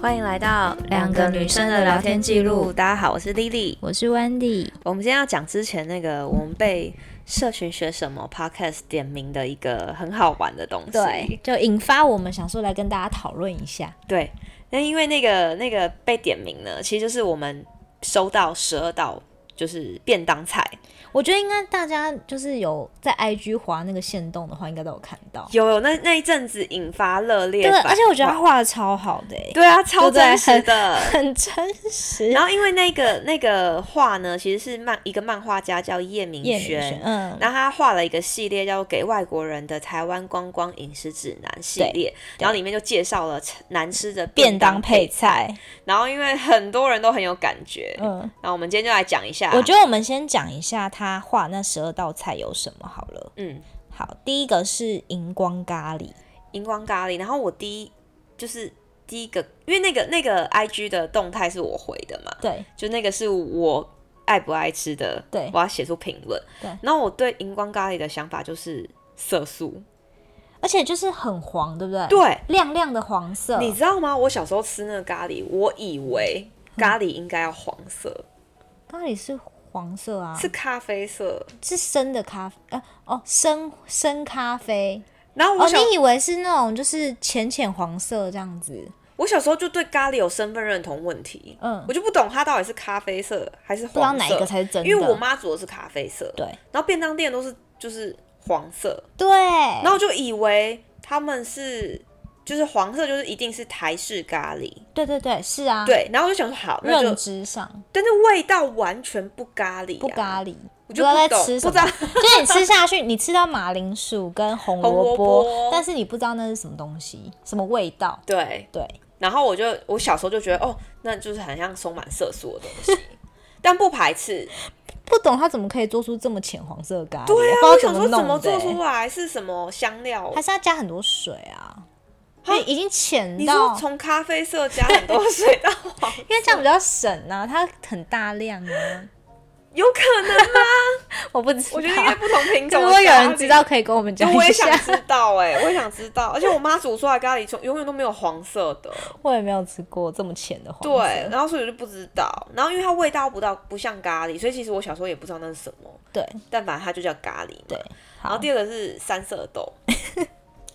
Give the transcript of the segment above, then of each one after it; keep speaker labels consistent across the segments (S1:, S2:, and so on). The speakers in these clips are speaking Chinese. S1: 欢迎来到
S2: 两个女生的聊天记录
S1: 大家好，我是 Lily。
S2: 我是 Wendy，
S1: 我们今天要讲之前那个我们被社群学什么 Podcast 点名的一个很好玩的东西。
S2: 对，就引发我们想说来跟大家讨论一下。
S1: 对，那因为那个那个被点名呢，其实就是我们收到十二道就是便当菜，
S2: 我觉得应该大家就是有在 IG 划那个线动的话，应该都有看到。
S1: 有有那那一阵子引发热烈
S2: 对，
S1: 反
S2: 而且我觉得他
S1: 话
S2: 画的超好的、欸，
S1: 对啊，超
S2: 对不对
S1: 真实的。
S2: 很真实。
S1: 然
S2: 后
S1: 后因为那个那个画呢，其实是漫一个漫画家叫叶明
S2: 叶明
S1: 轩
S2: 轩，，嗯，
S1: 然后他画了一个系列叫《给外国人的台湾观光饮食指南》系列，然后里面就介绍了难吃的
S2: 便当配
S1: 配。
S2: 菜，
S1: 然后因为很多人都很有感觉，
S2: 嗯，
S1: 然后我们今天就来讲一下。
S2: 我觉得我们先讲一下他画那十二道菜有什么好了。
S1: 嗯，
S2: 好，第一个是荧光咖喱，
S1: 荧光咖喱。然后我第一就是第一个，因为那个那个 I G 的动态是我回的嘛，
S2: 对，
S1: 就那个是我爱不爱吃的，
S2: 对
S1: 我要写出评论。
S2: 对
S1: 然后我对荧光咖喱的想法就是色素，
S2: 嗯而且就是很黄，对不对？，
S1: 对，
S2: 亮亮的黄色。
S1: 你知道吗？我小时候吃那个咖喱，我以为
S2: 嗯
S1: 咖喱应该要黄色，
S2: 咖喱是黄色啊，
S1: 是咖啡色。
S2: 是深的咖啡，呃，哦，深深咖啡。
S1: 然后
S2: 哦，
S1: 我小、
S2: 你以为是那种就是浅浅黄色这样子？
S1: 我小时候就对咖喱有身份认同问题，
S2: 嗯
S1: 我，就不懂它到底是咖啡色还是
S2: 不知道
S1: 黄色，
S2: 哪一个才是真的。
S1: 因为我妈煮的是咖啡色，
S2: 对
S1: 然后便当店都是就是黄色，
S2: 对，
S1: 然后我就以为他们是就是黄色，就是一定是台式咖喱，
S2: 对对对，是啊，，
S1: 对。然后我就想说好，那
S2: 认
S1: 就
S2: 知上
S1: 但是味道完全不咖喱、啊，
S2: 不咖喱，
S1: 我
S2: 不
S1: 就
S2: 知道在
S1: 不懂，不
S2: 吃什
S1: 知道
S2: 么。 就是你吃下去，你吃到马铃薯跟红萝
S1: 红萝卜
S2: 卜，但是你不知道那是什么东西，什么味道。
S1: 对。
S2: 对，
S1: 然后我就我小时候就觉得哦，那就是很像充满色素的东西， 但不排斥。
S2: 不懂它怎么可以做出这么浅黄色的咖喱？
S1: 对啊，
S2: 我
S1: 我
S2: 不知道
S1: 想说
S2: 怎么
S1: 怎
S2: 弄
S1: 么
S2: 的
S1: 做
S2: 欸
S1: 出来是什么香料？
S2: 还是要加很多水啊？因为已经浅
S1: 你
S2: 到
S1: 说，从咖啡色加很多水到 黄，
S2: 因为这样比较省啊，它很大量啊。
S1: 有可 能吗？
S2: 我不知道，
S1: 我觉得应 该不同品种。
S2: 如果有人知道，，可以跟我们
S1: 就
S2: 讲
S1: 我也
S2: 一
S1: 想
S2: 下。
S1: 知道哎、我也想知道。而且我妈煮出来咖喱从永远都没有黄色的，
S2: 我也没有吃过这么浅的黄色。
S1: 对。然后所以我就不知道。然后因为它味道不到不像咖喱，所以其实我小时候也不知道那是什么，
S2: 对
S1: 但反正它就叫咖喱嘛。
S2: 对，
S1: 然后
S2: 好，
S1: 第二个是三色豆，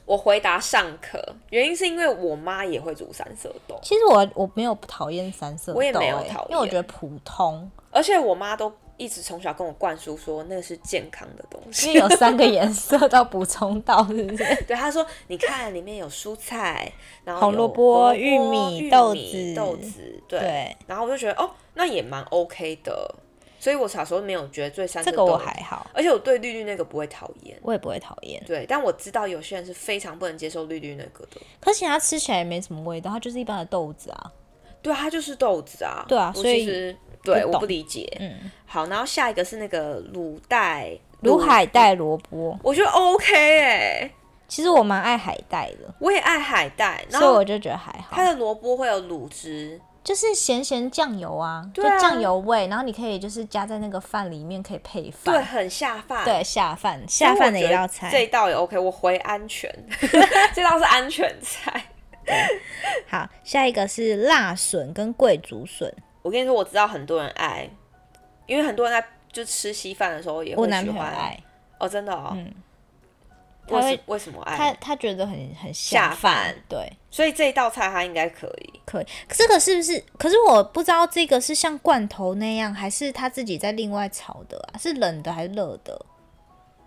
S1: 我回答上课，原因是因为我妈也会煮三色豆，
S2: 其实我我没有讨厌三色豆、欸，
S1: 我也没有讨厌
S2: 因为我觉得普通，
S1: 而且我妈都一直从小跟我灌输说那个是健康的东
S2: 因
S1: 西。
S2: 为有三个颜色到补充到，是不是？
S1: 对，她说你看里面有蔬菜，然后有
S2: 红萝卜
S1: 红萝卜
S2: 玉米
S1: 玉米
S2: 豆子
S1: 豆子， 对。
S2: 对，
S1: 然后我就觉得哦，那也蛮 OK 的，所以我小时候没有觉得对三色
S2: 这
S1: 豆，
S2: 个我还，好，
S1: 而且我对绿绿那个不会讨厌。
S2: 我也不会讨厌。
S1: 对，但我知道有些人是非常不能接受绿绿那个的。
S2: 可是它吃起来也没什么味道，它就是一般的豆子啊。
S1: 对，它就是豆子啊。
S2: 对啊
S1: 我
S2: 所以
S1: 其实对
S2: 不
S1: 我不
S2: 懂
S1: 理解。
S2: 嗯，
S1: 好，然后下一个是那个卤带
S2: 卤海，带萝卜，
S1: 我觉得 OK 哎、
S2: 其实我蛮爱海带的，
S1: 我也爱海带，然
S2: 所以
S1: 后
S2: 我就觉得还好
S1: 它。的萝卜会有卤汁，
S2: 就是咸咸酱油啊，就
S1: 对啊
S2: 酱油味，然后你可以就是加在那个饭里面，可以配饭。
S1: 对，很下饭。
S2: 对，下饭
S1: 所以
S2: 下
S1: 我
S2: 饭的一
S1: 觉得
S2: 道菜。
S1: 这一道也 OK，我回安全， 这道是安全菜。
S2: 好，下一个是辣笋跟桂竹笋，
S1: 我跟你说，我知道很多人爱，因为很多人在就吃稀饭的时候也
S2: 我
S1: 会
S2: 男
S1: 喜
S2: 朋友
S1: 欢。
S2: 爱，
S1: 哦，真的哦，
S2: 嗯，他
S1: 为
S2: 会
S1: 什为什么
S2: 他
S1: 爱？
S2: 他觉得很很
S1: 下
S2: 饭
S1: 饭，
S2: 对，
S1: 所以这一道菜它应该可以。
S2: 可以。这个是不是？可是我不知道这个是像罐头那样，还是他自己在另外炒的啊？是冷的还是热的？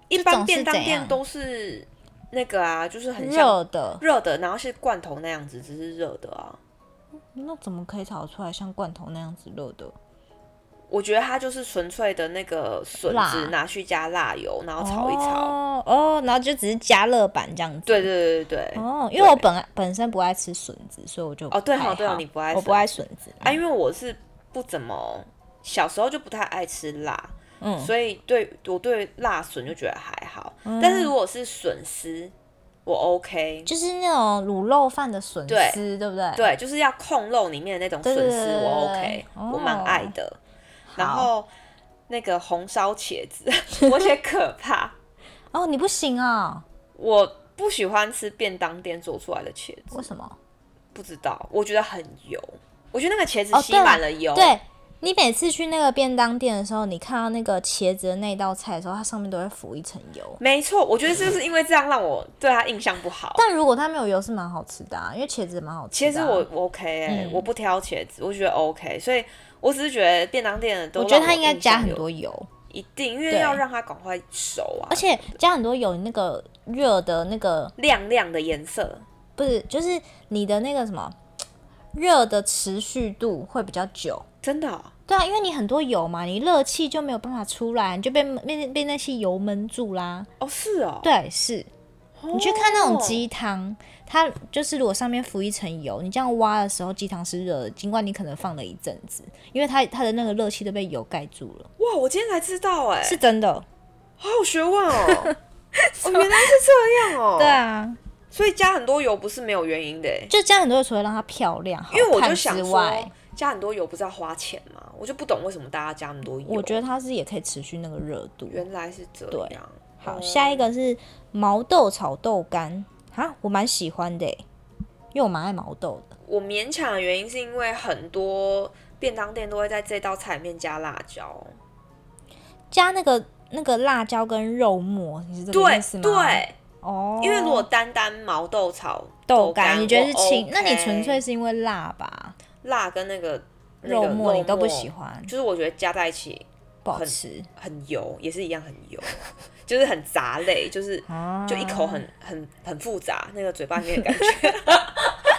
S1: 一
S2: 这
S1: 般
S2: 种
S1: 便
S2: 是
S1: 当
S2: 怎
S1: 店
S2: 样
S1: 都是那个啊，就是很像
S2: 热的，
S1: 热的，然后是罐头那样子，只是热的啊。
S2: 那怎么可以炒出来像罐头那样子热的？
S1: 我觉得它就是纯粹的那个笋子
S2: 辣
S1: 拿去加辣油，然后炒一炒。
S2: 哦哦，然后就只是加热版这样子。
S1: 对对对对对。
S2: 哦，因为我本来本身不爱吃笋子，所以我就
S1: 哦对
S2: 还
S1: 哦对哦
S2: 好
S1: 你不爱
S2: 我不
S1: 笋
S2: 爱笋子，
S1: 啊，因为我是不怎么小时候就不太爱吃辣，
S2: 嗯
S1: 所以对我对辣笋就觉得还好。但是如果是笋丝，我 OK。
S2: 就是那种卤肉饭的笋
S1: 对
S2: 丝，对不对？，
S1: 对，就是要控肉里面的那种
S2: 对
S1: 笋
S2: 对对
S1: 丝，
S2: 对
S1: 我
S2: 对对
S1: OK，
S2: 哦
S1: 我蛮爱的。然后那个红烧茄子， 我觉得可怕，
S2: 哦，你不行啊、
S1: 我不喜欢吃便当店做出来的茄子，
S2: 为什么？
S1: 不知道，我觉得很油，我觉得那个茄子
S2: 哦
S1: 吸
S2: 对了
S1: 满了油，
S2: 对你每次去那个便当店的时候，你看到那个茄子的那道菜的时候，它上面都会浮一层油。
S1: 没错，我觉得就是因为这样让我对他印象不好。
S2: 但如果它没有油是蛮好吃的、啊，因为茄子蛮好吃
S1: 其
S2: 的
S1: 实
S2: 啊、
S1: 我我 OK 哎、我不挑茄子，我觉得 OK，所以我只是觉得便当店的都
S2: 我觉得
S1: 让
S2: 它应该
S1: 印
S2: 加
S1: 象
S2: 很
S1: 有，
S2: 多油，
S1: 一定，因为
S2: 对
S1: 要让它赶快熟啊，
S2: 而且加很多油，那个热的那个
S1: 亮亮的颜色，
S2: 不是就是你的那个什么热的持续度会比较久。
S1: 真的哦、
S2: 对啊，因为你很多油嘛，你热气就没有办法出来，你就被被被那些油闷住啦。
S1: 哦，是哦，
S2: 对，是你去看那种鸡汤，它就是如果上面浮一层油，你这样挖的时候，鸡汤是热的，尽管你可能放了一阵子，因为它它的那个热气都被油盖住了，
S1: 哦哇，我今天才知道哎、
S2: 是真的。
S1: 好有学问 哦，哦，原来是这样哦，
S2: 对，啊，
S1: 所以加很多油不是没有原因的哎、
S2: 就加很多油除了让它漂亮、好
S1: 因为我就
S2: 看
S1: 想
S2: 之
S1: 说
S2: 外，。
S1: 加很多油不是要花钱吗？我就不懂为什么大家加那么多油。
S2: 我觉得它是也可以持续那个热度。
S1: 原来是这
S2: 对
S1: 样。
S2: 好，
S1: 哦
S2: 下一个是毛豆炒豆干，哈，我蛮喜欢的欸，因为我蛮爱毛豆的。
S1: 我勉强的原因是因为很多便当店都会在这道菜里面加辣椒，
S2: 加那个那个辣椒跟肉末，你是这个
S1: 对
S2: 意思吗？，
S1: 对，
S2: 哦，
S1: 因为如果单单毛豆炒
S2: 豆
S1: 干，
S2: 干你觉得是
S1: 我
S2: 清
S1: OK，
S2: 那你纯粹是因为辣吧？
S1: 辣跟那个
S2: 肉末你都不喜，
S1: 那个
S2: 欢
S1: 肉，就是我觉得加在一起
S2: 不好吃
S1: 很油，也是一样很油， 就是很杂类，就是
S2: 啊，
S1: 就一口很很很复杂，那个嘴巴里面的感觉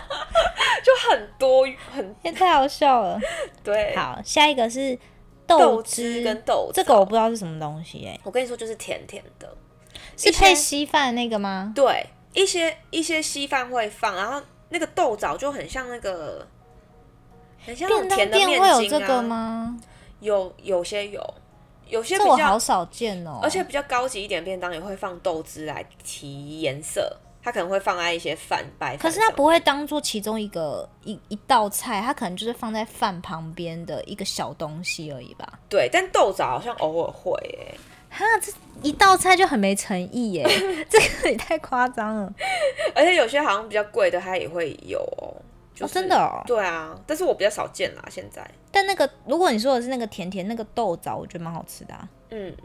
S1: 就很多很
S2: 也太好笑了。
S1: 对。
S2: 好，下一个是
S1: 豆
S2: 汁
S1: 汁跟豆
S2: 这个我不知道是什么东西哎、
S1: 我跟你说，就是甜甜的，
S2: 是
S1: 一些
S2: 配稀饭那个吗？
S1: 对，一些一些稀饭会放，然后那个豆枣就很像那个，很像那
S2: 便
S1: 种
S2: 当
S1: 甜的
S2: 店
S1: 面
S2: 会有
S1: 筋
S2: 这
S1: 啊。
S2: 个吗？
S1: 有有些有，有些
S2: 这
S1: 比
S2: 我好
S1: 较，
S2: 少见哦、
S1: 而且比较高级一点便当也会放豆汁来提颜色，它可能会放在一些饭白
S2: 可
S1: 饭
S2: 是
S1: 上。
S2: 它不会当做其中一个一一道菜，它可能就是放在饭旁边的一个小东西而已吧。
S1: 对，但豆枣好像偶尔会耶、
S2: 哈，这一道菜就很没诚 意耶，这个也太夸张了。
S1: 而且有些好像比较贵的它也会有哦。就是、
S2: 真的哦
S1: 对啊，但是我比较少见啦，现在。
S2: 但那个，如果你说的是那个甜甜那个豆枣，我觉得蛮好吃的、啊。
S1: 嗯，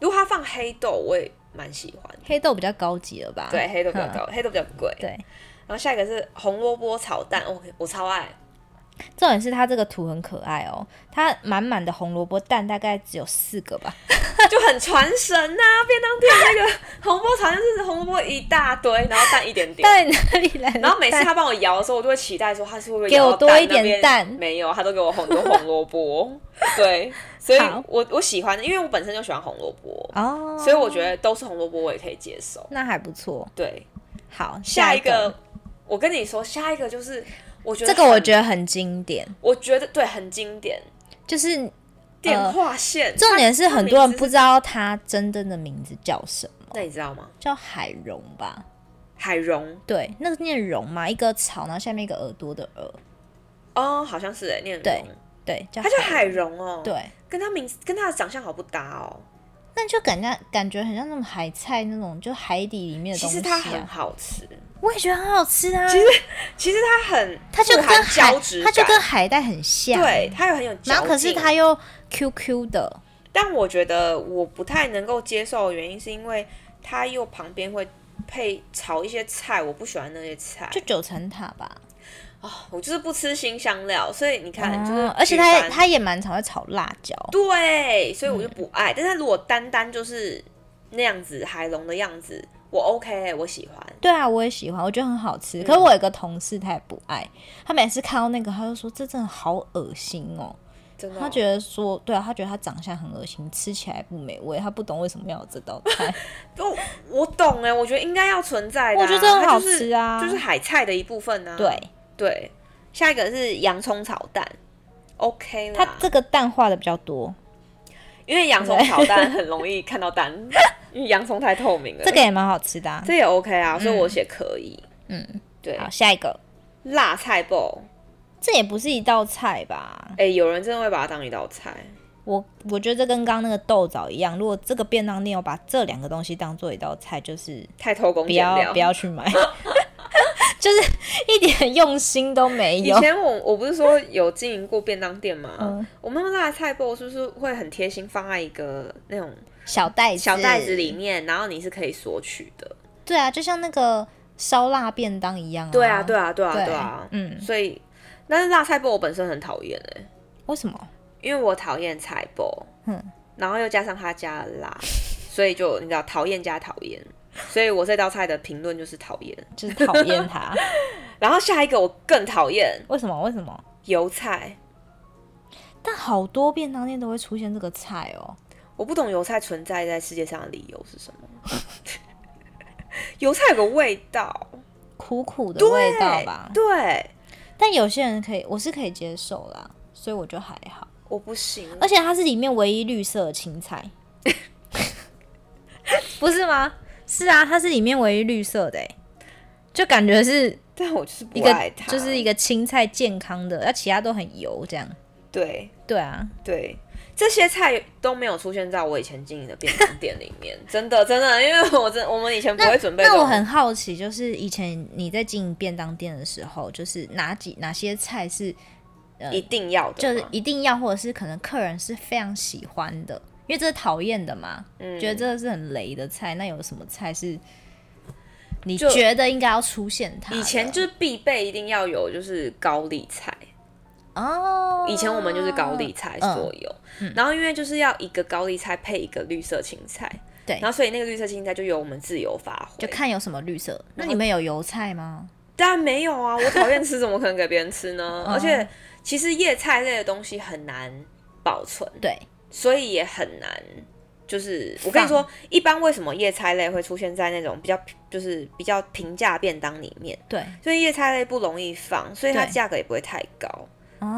S1: 如果它放黑豆，我也蛮喜欢。
S2: 黑豆比较高级了吧？
S1: 对，黑豆比较
S2: 嗯
S1: 高，黑豆比较贵。
S2: 对，嗯
S1: 然后下一个是红萝卜炒蛋，我、我超爱，
S2: 重点是它这个图很可爱哦，它满满的红萝卜蛋大概只有四个吧。
S1: 就很传神呐、便当店那个红萝卜炒蛋是红萝卜一大堆，然后蛋一点点。
S2: 到底哪里来的 蛋？
S1: 然后每次他帮我摇的时候，我就会期待说他是会不会
S2: 给
S1: 摇
S2: 我
S1: 到
S2: 多一点
S1: 那边
S2: 蛋
S1: 没有，他都给我很多红萝卜。哦 对，所以
S2: 好
S1: 我我喜欢，因为我本身就喜欢红萝卜，
S2: 哦，
S1: 所以我觉得都是红萝卜我也可以接受。
S2: 那还不错。
S1: 对，
S2: 好，
S1: 下
S2: 一
S1: 一个我跟你说，下一个就是我觉得
S2: 这个我
S1: 很
S2: 觉得很经典，
S1: 我觉得对很经典，
S2: 就是
S1: 电话线。
S2: 呃重点是
S1: 嗯它它
S2: 很多人
S1: 名字
S2: 不知道他真正的名字叫什么，
S1: 那你知道吗？
S2: 叫海蓉吧？
S1: 海蓉
S2: 对，那个念蓉嘛，一个草，然后下面一个耳朵的耳，
S1: 哦，好像是哎，念
S2: 对
S1: 蓉，
S2: 对，叫
S1: 她叫
S2: 海
S1: 海蓉哦，，
S2: 对，
S1: 跟她名字跟她的长相好不搭哦。
S2: 那就感觉感觉很像那种海菜那种，就海底里面的
S1: 其
S2: 东西、
S1: 实
S2: 啊。
S1: 她很好吃，
S2: 我也觉得很好吃啊。
S1: 其实其实她很
S2: 它
S1: 富
S2: 就跟
S1: 含
S2: 海
S1: 胶质，
S2: 它
S1: 感，
S2: 就跟海带很像，
S1: 对，她有很有
S2: 然
S1: 嚼
S2: 后
S1: 劲。
S2: 可是它又 QQ 的，
S1: 但我觉得我不太能够接受的原因是因为它又旁边会配炒一些菜，我不喜欢那些菜，啊
S2: 就九层塔吧。
S1: 我就是不吃新香料，所以你看，啊就是
S2: 嗯，而
S1: 举
S2: 且它
S1: 凡
S2: 它也蛮常会炒辣椒。
S1: 对，所以我就不爱。但是如果单单就是那样子海龙的样子，我 OK，我喜欢。
S2: 对啊，我也喜欢，我觉得很好
S1: 嗯
S2: 吃。可是我有一个同事，他也不爱，他每次看到那个，他就说这真的好恶心哦。
S1: 真的、
S2: 他觉得说，对啊，他觉得他长相很恶心，吃起来不美味，他不懂为什么要有这道 菜。
S1: 得我哦我懂哎，我觉得应该要存在的啊、
S2: 我觉得这很
S1: 它
S2: 好
S1: 就是
S2: 吃啊
S1: 就是海菜的一部分啊。
S2: 对，
S1: 对，下一个是洋葱炒蛋，OK
S2: 他
S1: 啦，
S2: 这个蛋化的比较多，
S1: 因为洋葱炒蛋很容易看到 蛋，因为洋葱太透明了。
S2: 这个也蛮好吃的、啊。
S1: 这也 OK 啊，所以我写可以。
S2: 嗯，
S1: 对，
S2: 好，下一个，
S1: 辣菜包，
S2: 这也不是一道菜吧？
S1: 哎、有人真的会把它当一道菜。
S2: 我我觉得这跟刚刚那个豆枣一样，如果这个便当店有把这两个东西当做一道菜，就是
S1: 太偷工
S2: 不
S1: 减
S2: 要
S1: 料，
S2: 不要去买，一点用心都没
S1: 以
S2: 有。
S1: 前我我不是说有经营过便当店嘛，
S2: 嗯
S1: 我们用辣菜包是不是会很贴心放在一个那种
S2: 小袋子，
S1: 小袋子里。面，然后你是可以索取的。
S2: 对啊，就像那个烧腊便当一样、啊。
S1: 对啊，对啊，对啊，
S2: 对
S1: 对啊，
S2: 嗯
S1: 所以，但是辣菜包我本身很讨厌哎，
S2: 为什么？
S1: 因为我讨厌菜包，
S2: 嗯，
S1: 然后又加上它加了辣， 所以就你知道讨厌加讨厌，所以我这道菜的评论就是讨厌。
S2: 就是讨厌它。
S1: 然后下一个我更讨厌
S2: 为什么？为什么？
S1: 油菜，
S2: 但好多便当店都会出现这个菜哦。
S1: 我不懂油菜存在在世界上的理由是什么。 油菜有个味道，
S2: 苦苦的味道
S1: 对
S2: 吧，
S1: 对，
S2: 但有些人可以，我是可以接受啦，所以我就还好。
S1: 我不行。
S2: 而且它是里面唯一绿色的青菜， 不是吗？是啊，它是里面唯一绿色的、欸，就感觉是
S1: 但我就是
S2: 一
S1: 不
S2: 个
S1: 爱它，
S2: 就是一个青菜健康的，那其他都很油这样。
S1: 对
S2: 对啊，
S1: 对，这些菜都没有出现在我以前经营的便当店里面，真的真的，因为我真我们以前不会准备这
S2: 那
S1: 种。
S2: 我很好奇，就是以前你在经营便当店的时候，就是哪几哪些菜是
S1: 一定要的
S2: 就
S1: 嘛，
S2: 是一定要，或者是可能客人是非常喜欢的，因为这是讨厌的嘛，
S1: 嗯
S2: 觉得这是很雷的菜。那有什么菜是你
S1: 就
S2: 觉得应该要出现它的？
S1: 以前就是必备一定要有，就是高丽菜。
S2: 哦，嗯
S1: 以前我们就是高丽菜所有，然后因为就是要一个高丽菜配一个绿色青菜，
S2: 对
S1: 然后所以那个绿色青菜就由我们自由发挥
S2: 就。看有什么绿色。那你们有油菜吗？
S1: 当然没有啊，我讨厌吃，怎么可能给别人吃 呢？
S2: 嗯
S1: 而且其实叶菜类的东西很难保存，
S2: 对，
S1: 所以也很难。就是我跟你
S2: 放
S1: 说，一般为什么叶菜类会出现在那种比较就是比较平价便当里面？
S2: 对，
S1: 所以叶菜类不容易放，所以它
S2: 对
S1: 价格也不会太高。
S2: 啊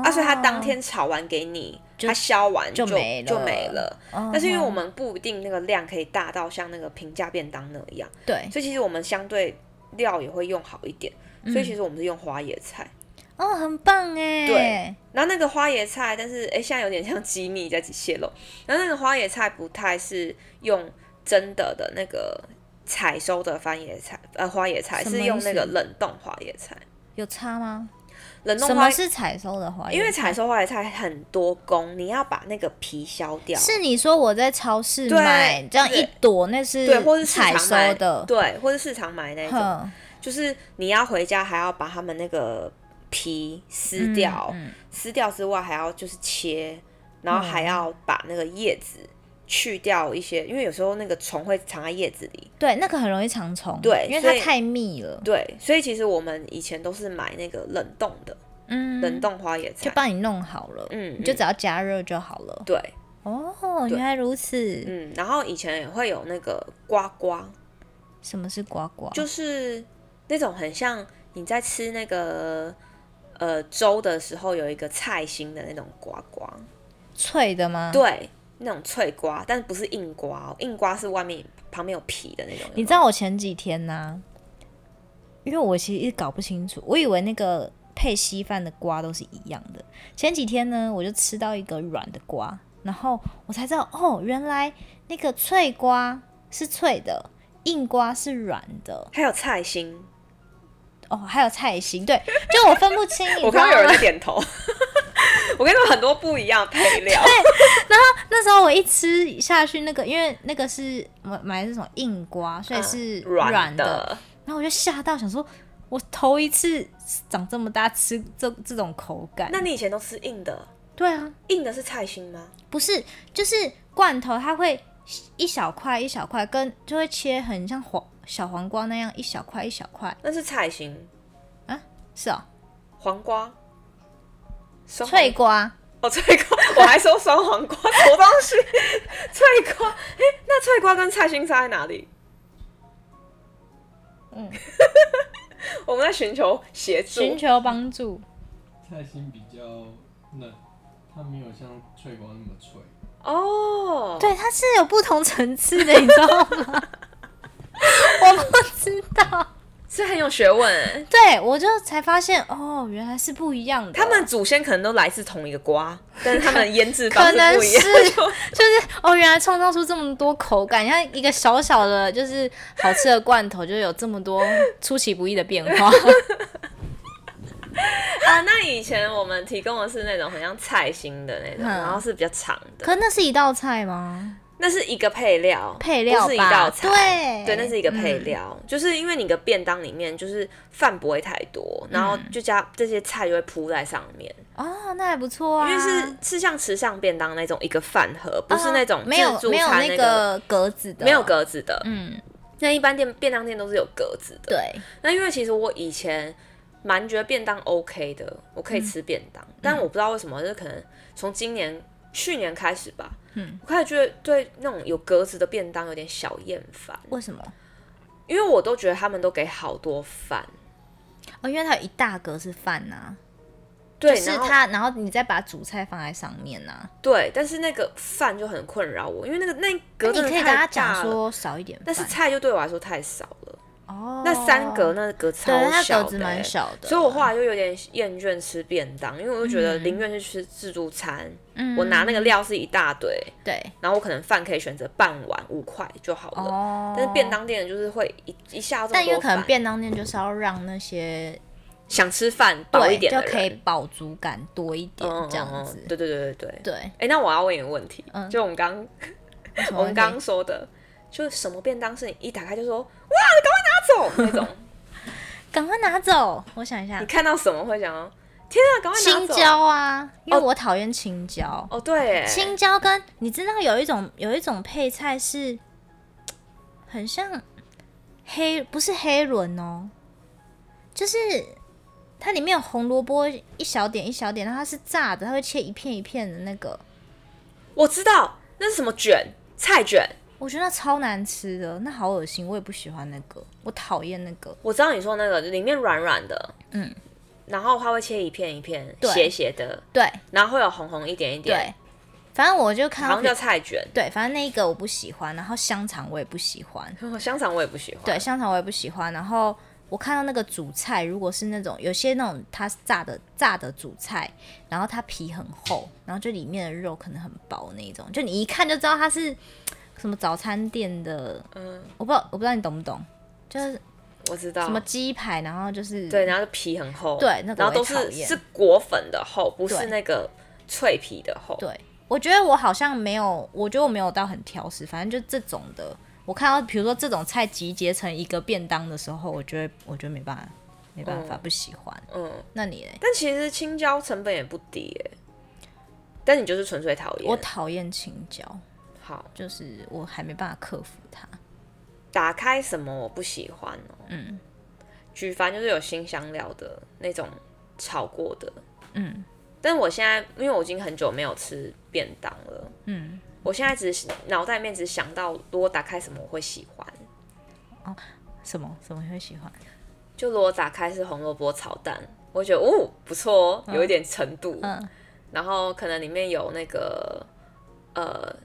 S1: 啊，所以它当天炒完给你，
S2: 就
S1: 它削完
S2: 就
S1: 就
S2: 没了嗯
S1: 就没了。
S2: 但
S1: 但是因为我们不一定那个量可以大到像那个平价便当那样，
S2: 对，
S1: 所以其实我们相对料也会用好一点。
S2: 嗯
S1: 所以其实我们是用花椰菜，
S2: 哦，很棒哎，
S1: 对，然后那个花椰菜，但是哎、诶现在有点像机密在泄露。然后那个花椰菜不太是用真的的那个采收的番椰菜，呃，花椰菜
S2: 什么
S1: 是
S2: 意
S1: 用那个
S2: 思
S1: 冷冻花椰菜，
S2: 有差吗？
S1: 冷冻
S2: 什
S1: 花
S2: 么
S1: 椰。
S2: 是采收的花椰菜？
S1: 因为采收花椰菜很多工，你要把那个皮削掉，
S2: 是你说我在超市
S1: 对
S2: 买这样一
S1: 对
S2: 朵，那是
S1: 对，或是市
S2: 采
S1: 场
S2: 收
S1: 买
S2: 的，
S1: 对，或是市场买那种，
S2: 哼，
S1: 就是你要回家还要把他们那个皮撕掉，
S2: 嗯
S1: 撕掉之外还要就是切，然后还要把那个叶子去掉一些，因为有时候那个虫会藏在叶子里，
S2: 对，那个很容易长虫，
S1: 对
S2: 因为
S1: 所以
S2: 它太密了，
S1: 对，所以其实我们以前都是买那个冷冻的，
S2: 嗯，
S1: 冷冻花椰
S2: 就
S1: 菜，
S2: 帮你弄好了，
S1: 嗯，
S2: 你就
S1: 嗯
S2: 只要加热就好了。
S1: 对，
S2: 哦，原来如此。
S1: 嗯，然后以前也会有那个呱呱。
S2: 什么是呱呱？
S1: 就是那种很像你在吃那个呃粥的时候有一个菜心的那种瓜瓜，
S2: 啊脆的吗？，
S1: 对，那种脆瓜，但不是硬瓜、哦，硬瓜是外面旁边有皮的那种。
S2: 你知道我前几天呢、因为我其实一直搞不清楚，我以为那个配稀饭的瓜都是一样的。前几天呢，我就吃到一个软的瓜，然后我才知道哦，原来那个脆瓜是脆的，硬瓜是软的。
S1: 还有菜心，
S2: 哦，还有菜心，对，就我分 不清，你
S1: 我
S2: 知道
S1: 看到有人
S2: 吗？
S1: 在点头。 我跟你说，很多不一样的配料，
S2: 那时候我一吃下去，那个因为那个是我买的是什么硬瓜，所以是
S1: 嗯软
S2: 软的。然后我就吓到，想说，我头一次长这么大吃这这种口感。
S1: 那你以前都吃硬的？
S2: 对啊，
S1: 硬的是菜心吗？
S2: 不是，就是罐头，它会一小块一小块，跟就会切很像黄小黄瓜那样一小块一小块。
S1: 那是菜心，
S2: 是哦，
S1: 黄瓜，酸黄
S2: 脆瓜，
S1: 哦，脆瓜， 我还说酸黄瓜，什么东 西？脆瓜，哎、那脆瓜跟菜心差在哪里？
S2: 嗯，
S1: 我们在寻求协
S2: 寻
S1: 助。
S2: 求帮助。
S3: 菜心比较嫩，它没有像脆瓜那么脆。
S1: 哦，，
S2: 对，它是有不同层次的，你知道吗？ 我不知道，
S1: 是很有学问哎。
S2: 对我就才发现哦，原来是不一样的。
S1: 他们祖先可能都来自同一个 瓜，但是他们腌制方
S2: 可
S1: 式
S2: 能
S1: 不一
S2: 是
S1: 样。
S2: 就是哦，原来创造出这么多口感，像一 个小小的就是好吃的罐头，就有这么多出其不意的变化。
S1: 啊，那以前我们提供的是那种很像菜心的那种，
S2: 嗯
S1: 然后是比较长的，
S2: 可那是一道菜吗？
S1: 那是一个配料，
S2: 配料吧
S1: 不是一道菜，对，
S2: 对
S1: 那是一个配料，就是因为你的便当里面就是饭不会太多，然后就加这些菜就会铺在上面，
S2: 哦，那还不错啊，
S1: 因为是是像吃相便当那种一个饭盒，不是那种
S2: 啊没有
S1: 自助
S2: 没有
S1: 餐个
S2: 那个格子的，
S1: 没有，格子的，
S2: 嗯，
S1: 那一般店便当店都是有格子的。
S2: 对，
S1: 那因为其实我以前蛮觉得便当 OK 的，我可以
S2: 嗯
S1: 吃便当，但我不知道为什么，就是可能从今年、去年开始吧，
S2: 嗯，
S1: 我开始觉得对那种有格子的便当有点小厌烦，
S2: 为什么？
S1: 因为我都觉得他们都给好多饭，
S2: 哦，因为它有一大格是饭呐、
S1: 对，
S2: 就是
S1: 然后
S2: 它，然后你再把主菜放在上面呐、啊
S1: 对，但是那个饭就很困扰我，因为那个那一格
S2: 那你
S1: 真的
S2: 可以跟
S1: 太大
S2: 他讲
S1: 了，
S2: 说少一点饭，
S1: 但是菜就对我来说太少了，
S2: 哦，
S1: 那三格那格超
S2: 对，它
S1: 小
S2: 格子
S1: 的欸
S2: 蛮小的，嗯
S1: 所以我后来就有点厌倦吃便当，因为我就觉得宁愿去吃自助餐，我拿那个料是一大堆，
S2: 对
S1: 然后我可能饭可以选择半碗五块就好了。
S2: 哦，
S1: 但是便，当店就是会一一下这么
S2: 但因为
S1: 多
S2: 可能
S1: 饭，
S2: 便当店就是要让那些
S1: 想吃饭饱一
S2: 对
S1: 点
S2: 就
S1: 的人
S2: 可以饱足感多一点
S1: 嗯
S2: 这样
S1: 嗯
S2: 子
S1: 嗯，对对对对对。
S2: 对，
S1: 哎、那我要问你个问题，
S2: 嗯
S1: 就我们刚
S2: 有什么
S1: 我
S2: 问
S1: 们
S2: 题
S1: 刚刚说的，就什么便当是你一打开就说哇，赶快拿走那 种，
S2: 赶快拿走，我想一下
S1: 你，看到什么会想要天啊，赶快拿
S2: 青
S1: 走
S2: 椒啊，因为我讨厌青椒，
S1: 哦，对，哎
S2: 青椒跟你知道有一种有一种配菜是很像黑，不是黑轮哦，就是它里面有红萝卜一小点一小点，然后它是炸的，它会切一片一片的那个，
S1: 我知道那是什么卷菜卷。
S2: 我觉得那超难吃的，那好恶心，我也不喜欢那个，我讨厌那个。
S1: 我知道你说那个里面软软的，
S2: 嗯，
S1: 然后它会切一片一片
S2: 对
S1: 斜斜的，
S2: 对
S1: 然后会有红红一点一点，
S2: 对，反正我就看
S1: 好
S2: 到
S1: 像叫菜卷。
S2: 对，反正那一个我不喜欢，然后香肠我也不喜欢，
S1: 香肠我也不喜欢，
S2: 对，香肠我也不喜欢。然后我看到那个主菜，如果是那种有些那种它是炸的炸的主菜，然后它皮很厚，然后就里面的肉可能很薄那一种，就你一看就知道它是什么早餐店的，
S1: 嗯，
S2: 我不知道我不知道你懂不懂，就是
S1: 我知道
S2: 什么鸡排，然后就是
S1: 对，然后皮很厚，
S2: 对那个
S1: 然后
S2: 我也
S1: 都
S2: 讨
S1: 是
S2: 厌
S1: 是裹粉的厚，不是
S2: 对
S1: 那个脆皮的厚。
S2: 对，我觉得我好像没有，我觉得我没有到很挑食，反正就这种的。我看到比如说这种菜集结成一个便当的时候，我觉得我觉得没办法，没办法，
S1: 嗯
S2: 不喜欢。
S1: 嗯，
S2: 那你嘞？
S1: 但其实青椒成本也不低耶，但你就是纯粹讨
S2: 我
S1: 厌。
S2: 讨厌青椒，
S1: 好，
S2: 就是我还没办法克服它。
S1: 打开什么我不喜欢哦，
S2: 嗯
S1: 举凡就是有新香料的那种炒过的，
S2: 嗯
S1: 但我现在因为我已经很久没有吃便当了，
S2: 嗯，
S1: 我现在只是脑袋里面只想到，如果打开什么我会喜欢，
S2: 什么什么你会喜欢？
S1: 就如果打开是红萝卜炒蛋，我会觉得哦不错哦，有一点程度，
S2: 嗯，
S1: 然后可能里面有那个呃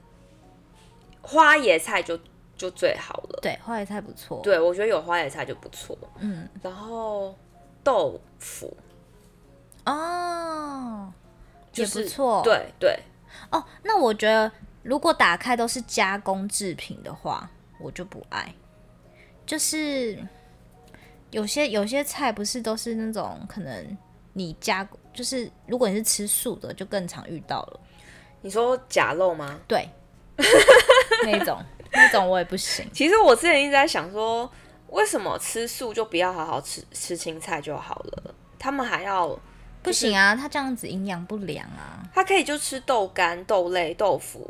S1: 花椰菜就就最好了，
S2: 对，花椰菜不错。，
S1: 对我觉得有花椰菜就不错，
S2: 嗯
S1: 然后豆腐
S2: 哦，
S1: 就
S2: 也
S1: 是
S2: 不错。
S1: 对对，
S2: 哦，那我觉得如果打开都是加工制品的话，我就不爱。就是有些有些菜不是都是那种可能你加，就是如果你是吃素的，就更常遇到了。
S1: 你说假肉吗？
S2: 对， 那种那种我也不行。
S1: 其实我之前一直在想说，为什么吃素就不要好好吃吃青菜就好了？他们还要，
S2: 不行啊，它这样子营养不良啊。
S1: 他可以就吃豆干、豆类、豆腐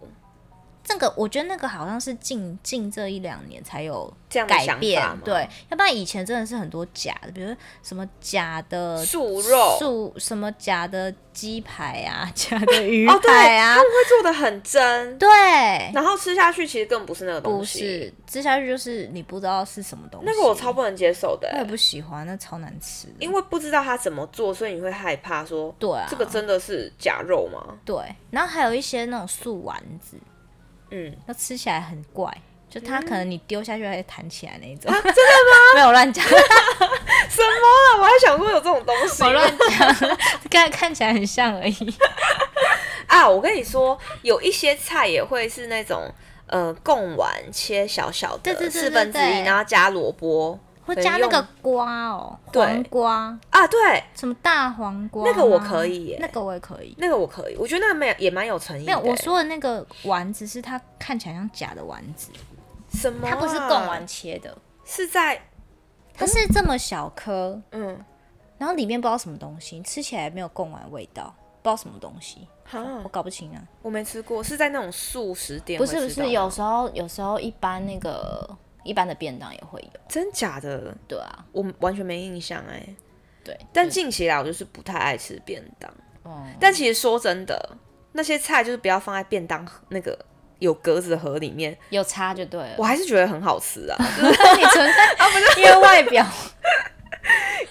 S2: 这个我觉得那个好像是近近这一两年才有
S1: 这样的
S2: 改
S1: 想
S2: 变
S1: 法吗，？
S2: 对，要不然以前真的是很多假的，比如什么假的
S1: 素肉
S2: 素什么假的鸡排啊， 假的鱼
S1: 哦，对，
S2: 排啊
S1: 他，们会做的很真，
S2: 对，
S1: 然后吃下去其实根本不是那个
S2: 不
S1: 东西，
S2: 是吃下去就是你不知道是什么东西，
S1: 那个我超不能接受的、
S2: 我也
S1: 欸
S2: 不喜欢，那超难吃的，
S1: 因为不知道他怎么做，所以你会害怕说，
S2: 对啊，
S1: 这个真的是假肉吗？
S2: 对，然后还有一些那种素丸子，
S1: 嗯，
S2: 那吃起来很怪，就它可能你丢下去还会弹起来那一
S1: 啊
S2: 种，真的 吗？没有我乱讲，
S1: 什么啊？我还想说有这种东西，
S2: 我乱讲， 看看起来很像而已。
S1: 啊，我跟你说，有一些菜也会是那种呃贡丸切小小
S2: 对对
S1: 的
S2: 对
S1: 四分之
S2: 对
S1: 一，
S2: 对
S1: 然后加萝卜，
S2: 会
S1: 可能
S2: 加那个
S1: 用
S2: 瓜哦，
S1: 对
S2: 黄瓜，
S1: 啊，对，
S2: 什么大黄瓜吗，
S1: 那个我可以耶
S2: 那个我也可以。
S1: 那个我可以，我觉得那个蛮也蛮有诚意
S2: 没
S1: 的。
S2: 有，我说的那个丸子是它看起来像假的丸子，
S1: 什么啊、
S2: 它不是贡丸切的，
S1: 是在
S2: 它是这么小颗，
S1: 嗯，
S2: 然后里面不知道什么东西，吃起来没有贡丸味道，不知道什么东西，
S1: 啊
S2: 我，搞不清啊。
S1: 我没吃过，是在那种素食店
S4: 不
S1: 会
S4: 是不
S1: 吃到
S4: 是，
S1: 吗
S4: 有时候有时候一般那个一般的便当也会有，
S1: 真假的，
S4: 对啊，
S1: 我完全没印象哎、
S4: 对，
S1: 但
S4: 就
S1: 近期来我就是不太爱吃便当，
S4: 嗯
S1: 但其实说真的，那些菜就是不要放在便当盒那个有格子的盒里面，
S4: 有差就对了
S1: 我。还是觉得很好吃啊，
S4: 你存 在
S2: 啊
S4: 因为外表，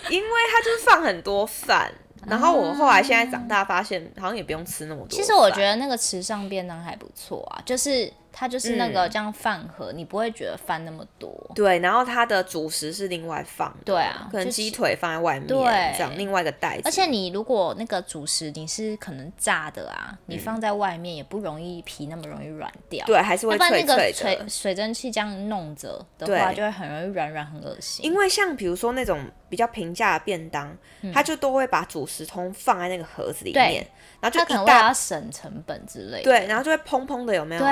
S1: 因为它就是放很多饭。然后我后来现在长大发现，好像也不用吃那么多饭。
S4: 其实我觉得那个池上便当还不错啊，就是它就是那个
S1: 嗯
S4: 这样饭盒，你不会觉得饭那么多。
S1: 对，然后它的主食是另外放的，
S4: 对啊
S1: 可能
S4: 就是
S1: 鸡腿放在外面，
S4: 对
S1: 这样另外一个袋子。
S4: 而且你如果那个主食你是可能炸的啊，你放在外面也不容易皮那么容易软掉。
S1: 对，还是
S4: 要
S1: 会
S4: 不然
S1: 脆
S4: 那个
S1: 脆
S4: 水
S1: 的。
S4: 水蒸气这样弄着的话，
S1: 对
S4: 就会很容易软软，很恶心。
S1: 因为像比如说那种比较平价的便当，它就都会把主食通放在那个盒子里
S4: 嗯对
S1: 面，然后就
S4: 它可能
S1: 一
S4: 为了
S1: 大
S4: 要省成本之类的。
S1: 对，然后就会蓬蓬的，有没有？
S4: 对，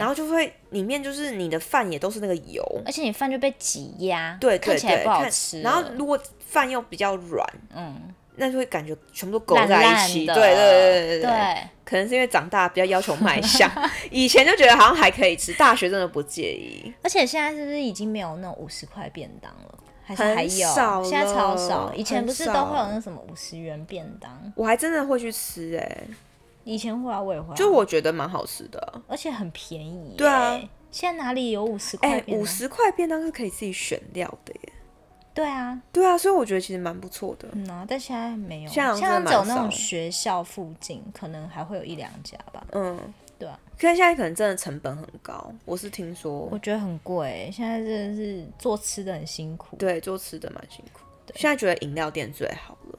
S1: 然后就会里面就是你的饭也都是那个油，
S4: 而且你饭就被挤压，
S1: 对
S4: 看
S1: 对
S4: 起来
S1: 对，
S4: 不好
S1: 看
S4: 吃。
S1: 然后如果饭又比较软，
S4: 嗯，
S1: 那就会感觉全部都勾
S4: 烂
S1: 在
S4: 烂
S1: 一起。
S4: 的
S1: 对对对对
S4: 对
S1: 可能是因为长大比较要求卖相， 以前就觉得好像还可以吃，大学真的不介意。
S2: 而且现在是不是已经没有那种五十块便当了？还是
S1: 很
S2: 还有
S1: 少？了
S2: 现在超少，以前
S1: 很
S2: 不是都会有
S1: 少
S2: 那什么五十元便当？
S1: 我还真的会去吃、哎，
S2: 以前会啊，我也会、啊，
S1: 就我觉得蛮好吃
S4: 哦
S1: 的。
S2: 而且很便宜、
S1: 对啊，
S2: 现在哪里有五十块
S1: 哎、
S2: 便当？
S1: 五十块便当是可以自己选料的耶。
S2: 对啊，
S1: 对啊，所以我觉得其实蛮不错的。
S2: 嗯啊，但现在没有，
S1: 现在好像
S2: 像
S1: 真的
S2: 走
S1: 蛮
S2: 那
S1: 少
S2: 种学校附近，可能还会有一两家吧。
S1: 嗯，
S2: 对啊，
S1: 可是现在可能真的成本很高，我是听说
S2: 我。觉得很贵，现在真的是做吃的很辛苦。，
S1: 对，做吃的蛮辛苦。现在觉得饮料店最好了，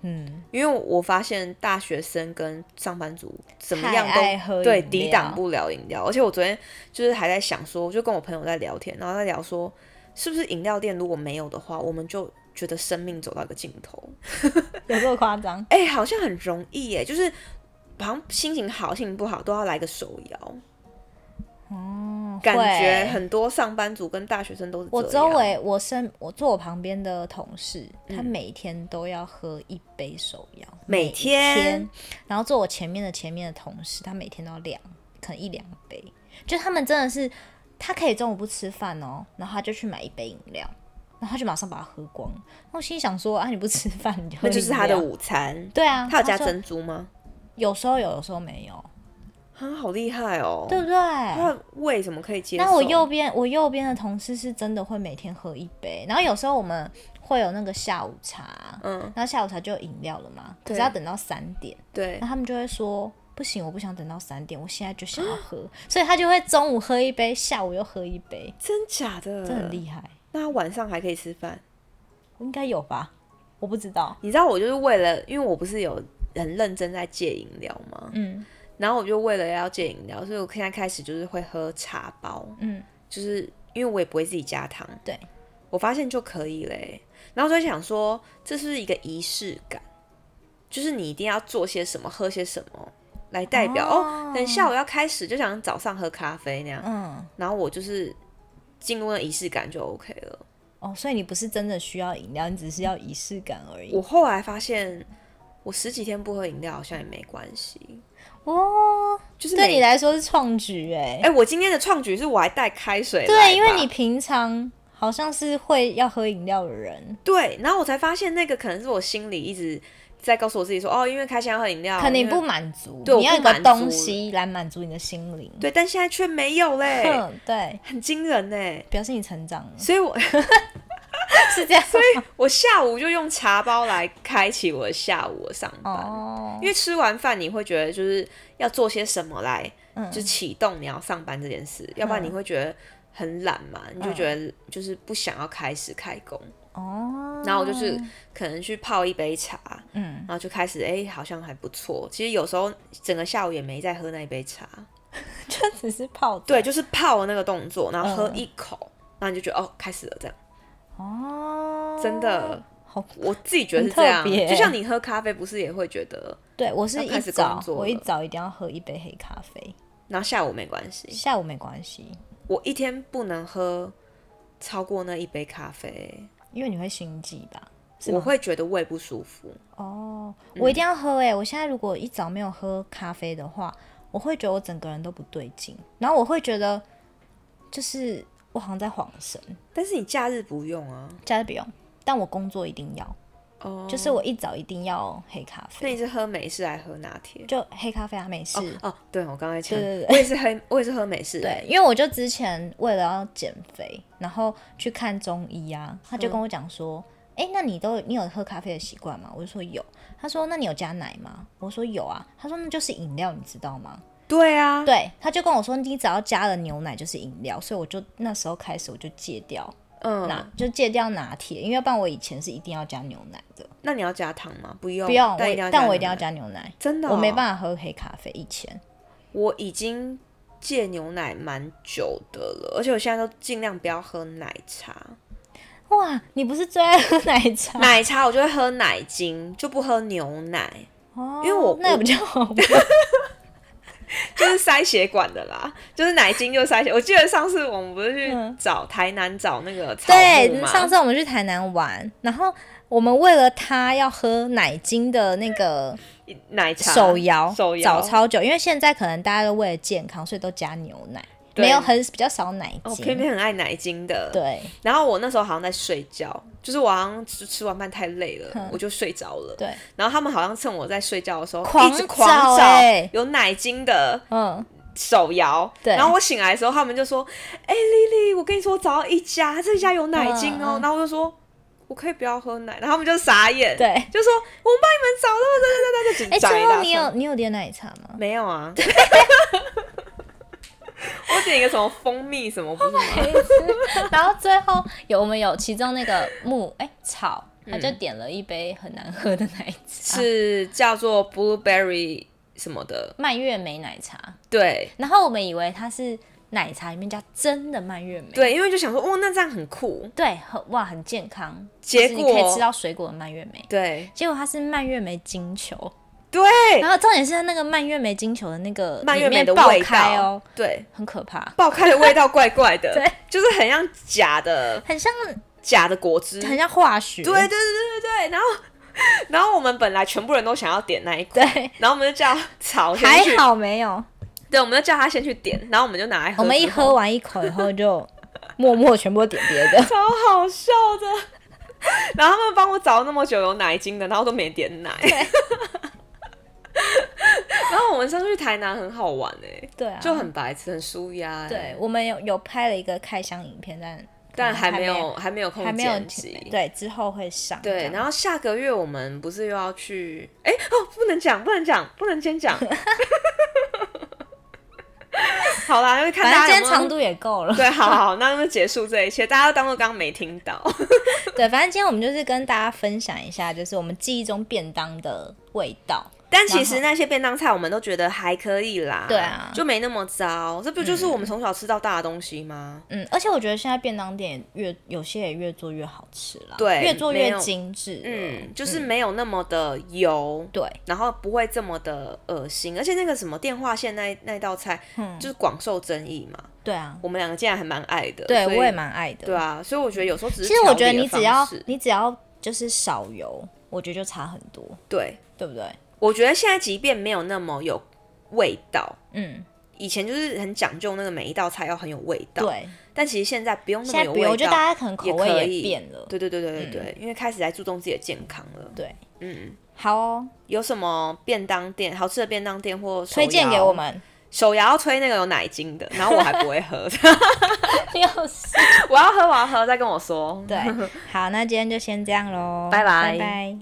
S2: 嗯，
S1: 因为我发现大学生跟上班族怎么
S2: 太
S1: 样
S2: 爱喝
S1: 都对
S2: 饮
S1: 抵
S2: 料
S1: 挡不了饮料。而且我昨天就是还在想说，我就跟我朋友在聊天，然后在聊说，是不是饮料店如果没有的话，我们就觉得生命走到一个尽头。
S2: 有这么夸张？
S1: 哎、好像很容易耶，就是好像心情好、心情不好都要来个手摇。
S2: 嗯，
S1: 感觉
S2: 会
S1: 很多上班族跟大学生都是
S2: 我
S1: 这
S2: 周
S1: 样
S2: 围，我身我坐我旁边的同事，他
S1: 嗯
S2: 每天都要喝一杯手摇，
S1: 每
S2: 一
S1: 天
S2: 然后坐我前面的前面的同事，他每天都要两，可能一两杯，就他们真的是，他可以中午不吃饭哦，然后他就去买一杯饮料，然后他就马上把它喝光。那我心里想说啊，你不吃饭，你就喝
S1: 那就是
S2: 饮
S1: 他的
S2: 料
S1: 午餐。
S2: 对啊，
S1: 他有加
S2: 说，
S1: 珍珠吗？
S2: 有时候有，有时候没有，
S1: 啊，好厉害哦！
S2: 对不对？
S1: 他的胃怎么可以接受？
S2: 那我右边我右边的同事是真的会每天喝一杯，然后有时候我们会有那个下午茶，
S1: 嗯，
S2: 然后下午茶就有饮料了嘛，可
S1: 对
S2: 是要等到三点，
S1: 对
S2: 那，他们就会说不行，我不想等到三点，我现在就想要喝，所以他就会中午喝一杯，下午又喝一杯，
S1: 真假的，
S2: 这很厉害，
S1: 那他晚上还可以吃饭？
S2: 应该有吧？我不知道，
S1: 你知道我就是为了，因为我不是有很认真在戒饮料吗？
S2: 嗯
S1: 然后我就为了要戒饮料，所以我现在开始就是会喝茶包，
S2: 嗯，
S1: 就是因为我也不会自己加糖。
S2: 对，
S1: 我发现就可以嘞。然后就想说，这是一个仪式感，就是你一定要做些什么，喝些什么。来代表哦
S2: 哦，
S1: 等下午要开始，就想早上喝咖啡那样，
S2: 嗯
S1: 然后我就是进入那仪式感就 OK 了。
S2: 哦，所以你不是真的需要饮料，你只是要仪式感而已
S1: 我。后来发现，我十几天不喝饮料好像也没关系，
S2: 哦，
S1: 就是
S2: 对
S1: 每
S2: 你，来说是创举哎、
S1: 哎、我今天的创举是我还带开水来吧，
S2: 对，因为你平常好像是会要喝饮料的人，
S1: 对，然后我才发现那个可能是我心里一直在告诉我自己说，哦，因为开心要喝饮料，
S2: 可能你
S1: 因为
S2: 不满足，
S1: 对我
S2: 你要
S1: 不
S2: 有个
S1: 满
S2: 东
S1: 足
S2: 西来满足你的心灵。
S1: 对，但现在却没有嘞，
S2: 哼，对，
S1: 很惊人呢。
S2: 表示你成长了，
S1: 所以我，
S2: 是这样吗。
S1: 我下午就用茶包来开启我的下午的上班，
S2: 哦，
S1: 因为吃完饭你会觉得就是要做些什么来
S2: 嗯
S1: 就启动你要上班这件事，要不然你会觉得很懒嘛，你
S2: 嗯
S1: 就觉得就是不想要开始开工。
S2: 哦，
S1: 然后我就是可能去泡一杯茶，
S2: 嗯，
S1: 然后就开始哎、好像还不错。其实有时候整个下午也没再喝那一杯茶，
S2: 就只是泡
S1: 对，
S2: 着
S1: 就是泡的那个动作，然后喝
S2: 嗯
S1: 一口，然后你就觉得哦，开始了这样。
S2: 哦，
S1: 真的，
S2: 好
S1: 我自己觉得是
S2: 很特
S1: 这样。
S2: 别
S1: 就像你喝咖啡，不是也会觉得，
S2: 对我是
S1: 要
S2: 一
S1: 开始
S2: 早
S1: 工，作
S2: 我一
S1: 了
S2: 早一定要喝一杯黑咖啡，
S1: 然后下午没关系，
S2: 下午没关系，
S1: 我一天不能喝超过那一杯咖啡，
S2: 因为你会心悸吧？是
S1: 我
S2: 吗？
S1: 会觉得胃不舒服。
S2: 哦，我一定要喝哎、我现在如果一早没有喝咖啡的话，我会觉得我整个人都不对劲，然后我会觉得就是我好像在晃神，
S1: 但是你假日不用啊，
S2: 假日不用，但我工作一定要，
S1: 哦，
S2: 就是我一早一定要黑咖
S1: 那你
S2: 啡，
S1: 是喝美式还是喝拿铁？
S2: 就黑咖啡啊，美式。
S1: 哦，对，我刚才讲，
S2: 对对对
S1: 我也是喝，我也是喝美式。
S2: 对，，因为我就之前为了要减肥，然后去看中医啊，他就跟我讲说，哎、那你都你有喝咖啡的习惯吗？我就说有，他说那你有加奶吗？我说有啊，他说那就是饮料，你知道吗？
S1: 对啊，
S2: 对，他就跟我说，你只要加了牛奶就是饮料，所以我就那时候开始我就戒掉
S1: 嗯，
S2: 拿，就戒掉拿铁，因为要不然我以前是一定要加牛奶的，
S1: 那你要加糖吗？不用，
S2: 不要我
S1: 但一定要，
S2: 但我一定要
S1: 牛奶，
S2: 加牛奶，
S1: 真的哦、
S2: 我没办法喝黑咖啡。以前
S1: 我已经戒牛奶蛮久的了，而且我现在都尽量不要喝奶茶，
S2: 啊哇，你不是最爱喝奶 茶？
S1: 奶茶我就会喝奶精，就不喝牛奶，
S2: 哦，
S1: 因为我
S2: 那比较 好吧。
S1: 就是塞血管的啦， 就是奶精就塞血。我记得上次我们不是去
S2: 嗯
S1: 找台南找那个草木
S2: 对，
S1: 嘛，
S2: 上次我们去台南玩，然后我们为了他要喝奶精的那个
S1: 奶茶
S2: 手摇，
S1: 手摇
S2: 找超久，因为现在可能大家都为了健康，所以都加牛奶，
S1: 对
S2: 没有很比较少奶
S1: 哦，
S2: 精。
S1: 偏偏很爱奶精的，
S2: 对
S1: 然后我那时候好像在睡觉，就是我好像吃吃完饭太累
S2: 嗯
S1: 了，我就睡着了。
S2: 对，
S1: 然后他们好像趁我在睡觉的时候，
S2: 狂
S1: 一直狂找、
S2: 找欸
S1: 有奶精的
S2: 嗯，
S1: 手摇。
S2: 对
S1: 然后我醒来的时候，他们就说：“哎、丽丽，我跟你说，我找到一家，这家有奶精哦。
S2: 嗯嗯
S1: 然后我就说：“我可以不要喝奶。”然后他们就傻眼，
S2: 对。
S1: 就说：“我们帮你们找到，
S2: 哎，
S1: 对对对对对，就紧张
S2: 最
S1: 一大
S2: 后
S1: 串
S2: 你有你有点奶茶吗？
S1: 没有 啊？我点一个什么蜂蜜什么不是吗？
S4: 然后最后有我们有其中那个木哎、草，他
S2: 嗯
S4: 就点了一杯很难喝的奶茶，
S1: 是叫做 blueberry 什么的，
S4: 蔓越莓奶茶。
S1: 对
S4: 然后我们以为它是奶茶里面加真的蔓越莓，
S1: 对，因为就想说，哦，那这样很酷，
S4: 对，很哇很健康，就
S1: 结
S4: 是你可以
S1: 果
S4: 吃到水果的蔓越莓。
S1: 对
S4: 结果它是蔓越莓金球，
S1: 对
S4: 然后重点是它那个蔓越莓金球的那个
S1: 蔓越莓的
S4: 里面爆
S1: 味
S4: 开
S1: 道
S4: 哦，
S1: 对，
S4: 很可怕，，
S1: 爆开的味道怪怪 的
S4: 对，
S1: 就是很像假的
S4: 很像
S1: 假的果汁，
S4: 很像化学，
S1: 对对对对对，然后。然后我们本来全部人都想要点那一款，
S4: 对，
S1: 然后我们就叫草先去
S2: 还，好没有，
S1: 对，我们就叫他先去点，然后我们就拿来喝。
S2: 我们一喝，完一口以后 就默默全部都点别的。
S1: 超好笑的。然后他们帮我找那么久有奶精的，然后都没点奶。 然后我们上次去台南很好玩哎、
S2: 对啊，
S1: 就很白痴，很舒压、欸。
S2: 对，，我们有有拍了一个开箱影片，但
S1: 但
S2: 可能还
S1: 还没有还没有空
S2: 还没有
S1: 剪辑。
S2: 对，之后会上这
S1: 对，
S2: 样。
S1: 然后下个月我们不是又要去？哎、哦，不能讲，不能讲，不能先讲。 好啦，就是看
S2: 反正
S1: 大
S2: 今
S1: 家有
S2: 天
S1: 没有
S2: 长度也够了。
S1: 对，好好好，那就结束这一切，大家都当做刚刚没听到。
S2: 对，反正今天我们就是跟大家分享一下，就是我们记忆中便当的味道。
S1: 但其实那些便当菜，我们都觉得还可以啦，
S2: 对啊
S1: 就没那么糟。这不就是我们从小吃到大的东西吗？
S2: 嗯，而且我觉得现在便当店也越有些也越做越好吃了，
S1: 对
S2: 越做
S1: 没
S2: 越
S1: 有
S2: 精致了。
S1: 嗯，就是没有那么的油，
S2: 对，
S1: 然后不会这么的恶心。而且那个什么电话线那那道菜，
S2: 嗯，
S1: 就是广受争议嘛。
S2: 对啊，
S1: 我们两个竟然还蛮爱的，
S2: 对
S1: 所以
S2: 我也蛮爱的。
S1: 对啊。所以我觉得有时候只是
S2: 其实我觉得你
S1: 调
S2: 只
S1: 理的
S2: 要
S1: 方式
S2: 你只要就是少油，我觉得就差很多，
S1: 对，
S2: 对不对？
S1: 我觉得现在即便没有那么有味道，
S2: 嗯，
S1: 以前就是很讲究那个每一道菜要很有味道，
S2: 对。
S1: 但其实现在不用那么
S2: 现在
S1: 有
S2: 不
S1: 味
S2: 用，
S1: 道。
S2: 我觉得大家可能口味
S1: 可
S2: 也
S1: 以
S2: 变了。
S1: 对对对对对对，因为开始在注重自己的健康了。
S2: 嗯对，
S1: 嗯，
S2: 好哦，
S1: 有什么便当店好吃的便当店或手摇
S2: 推荐给 我？们。
S1: 手摇要推那个有奶精的，然后我还不会喝，
S4: 又是
S1: 我要喝我要喝，再跟我说。
S2: 对，好，那今天就先这样喽，
S1: 拜拜
S2: 拜拜。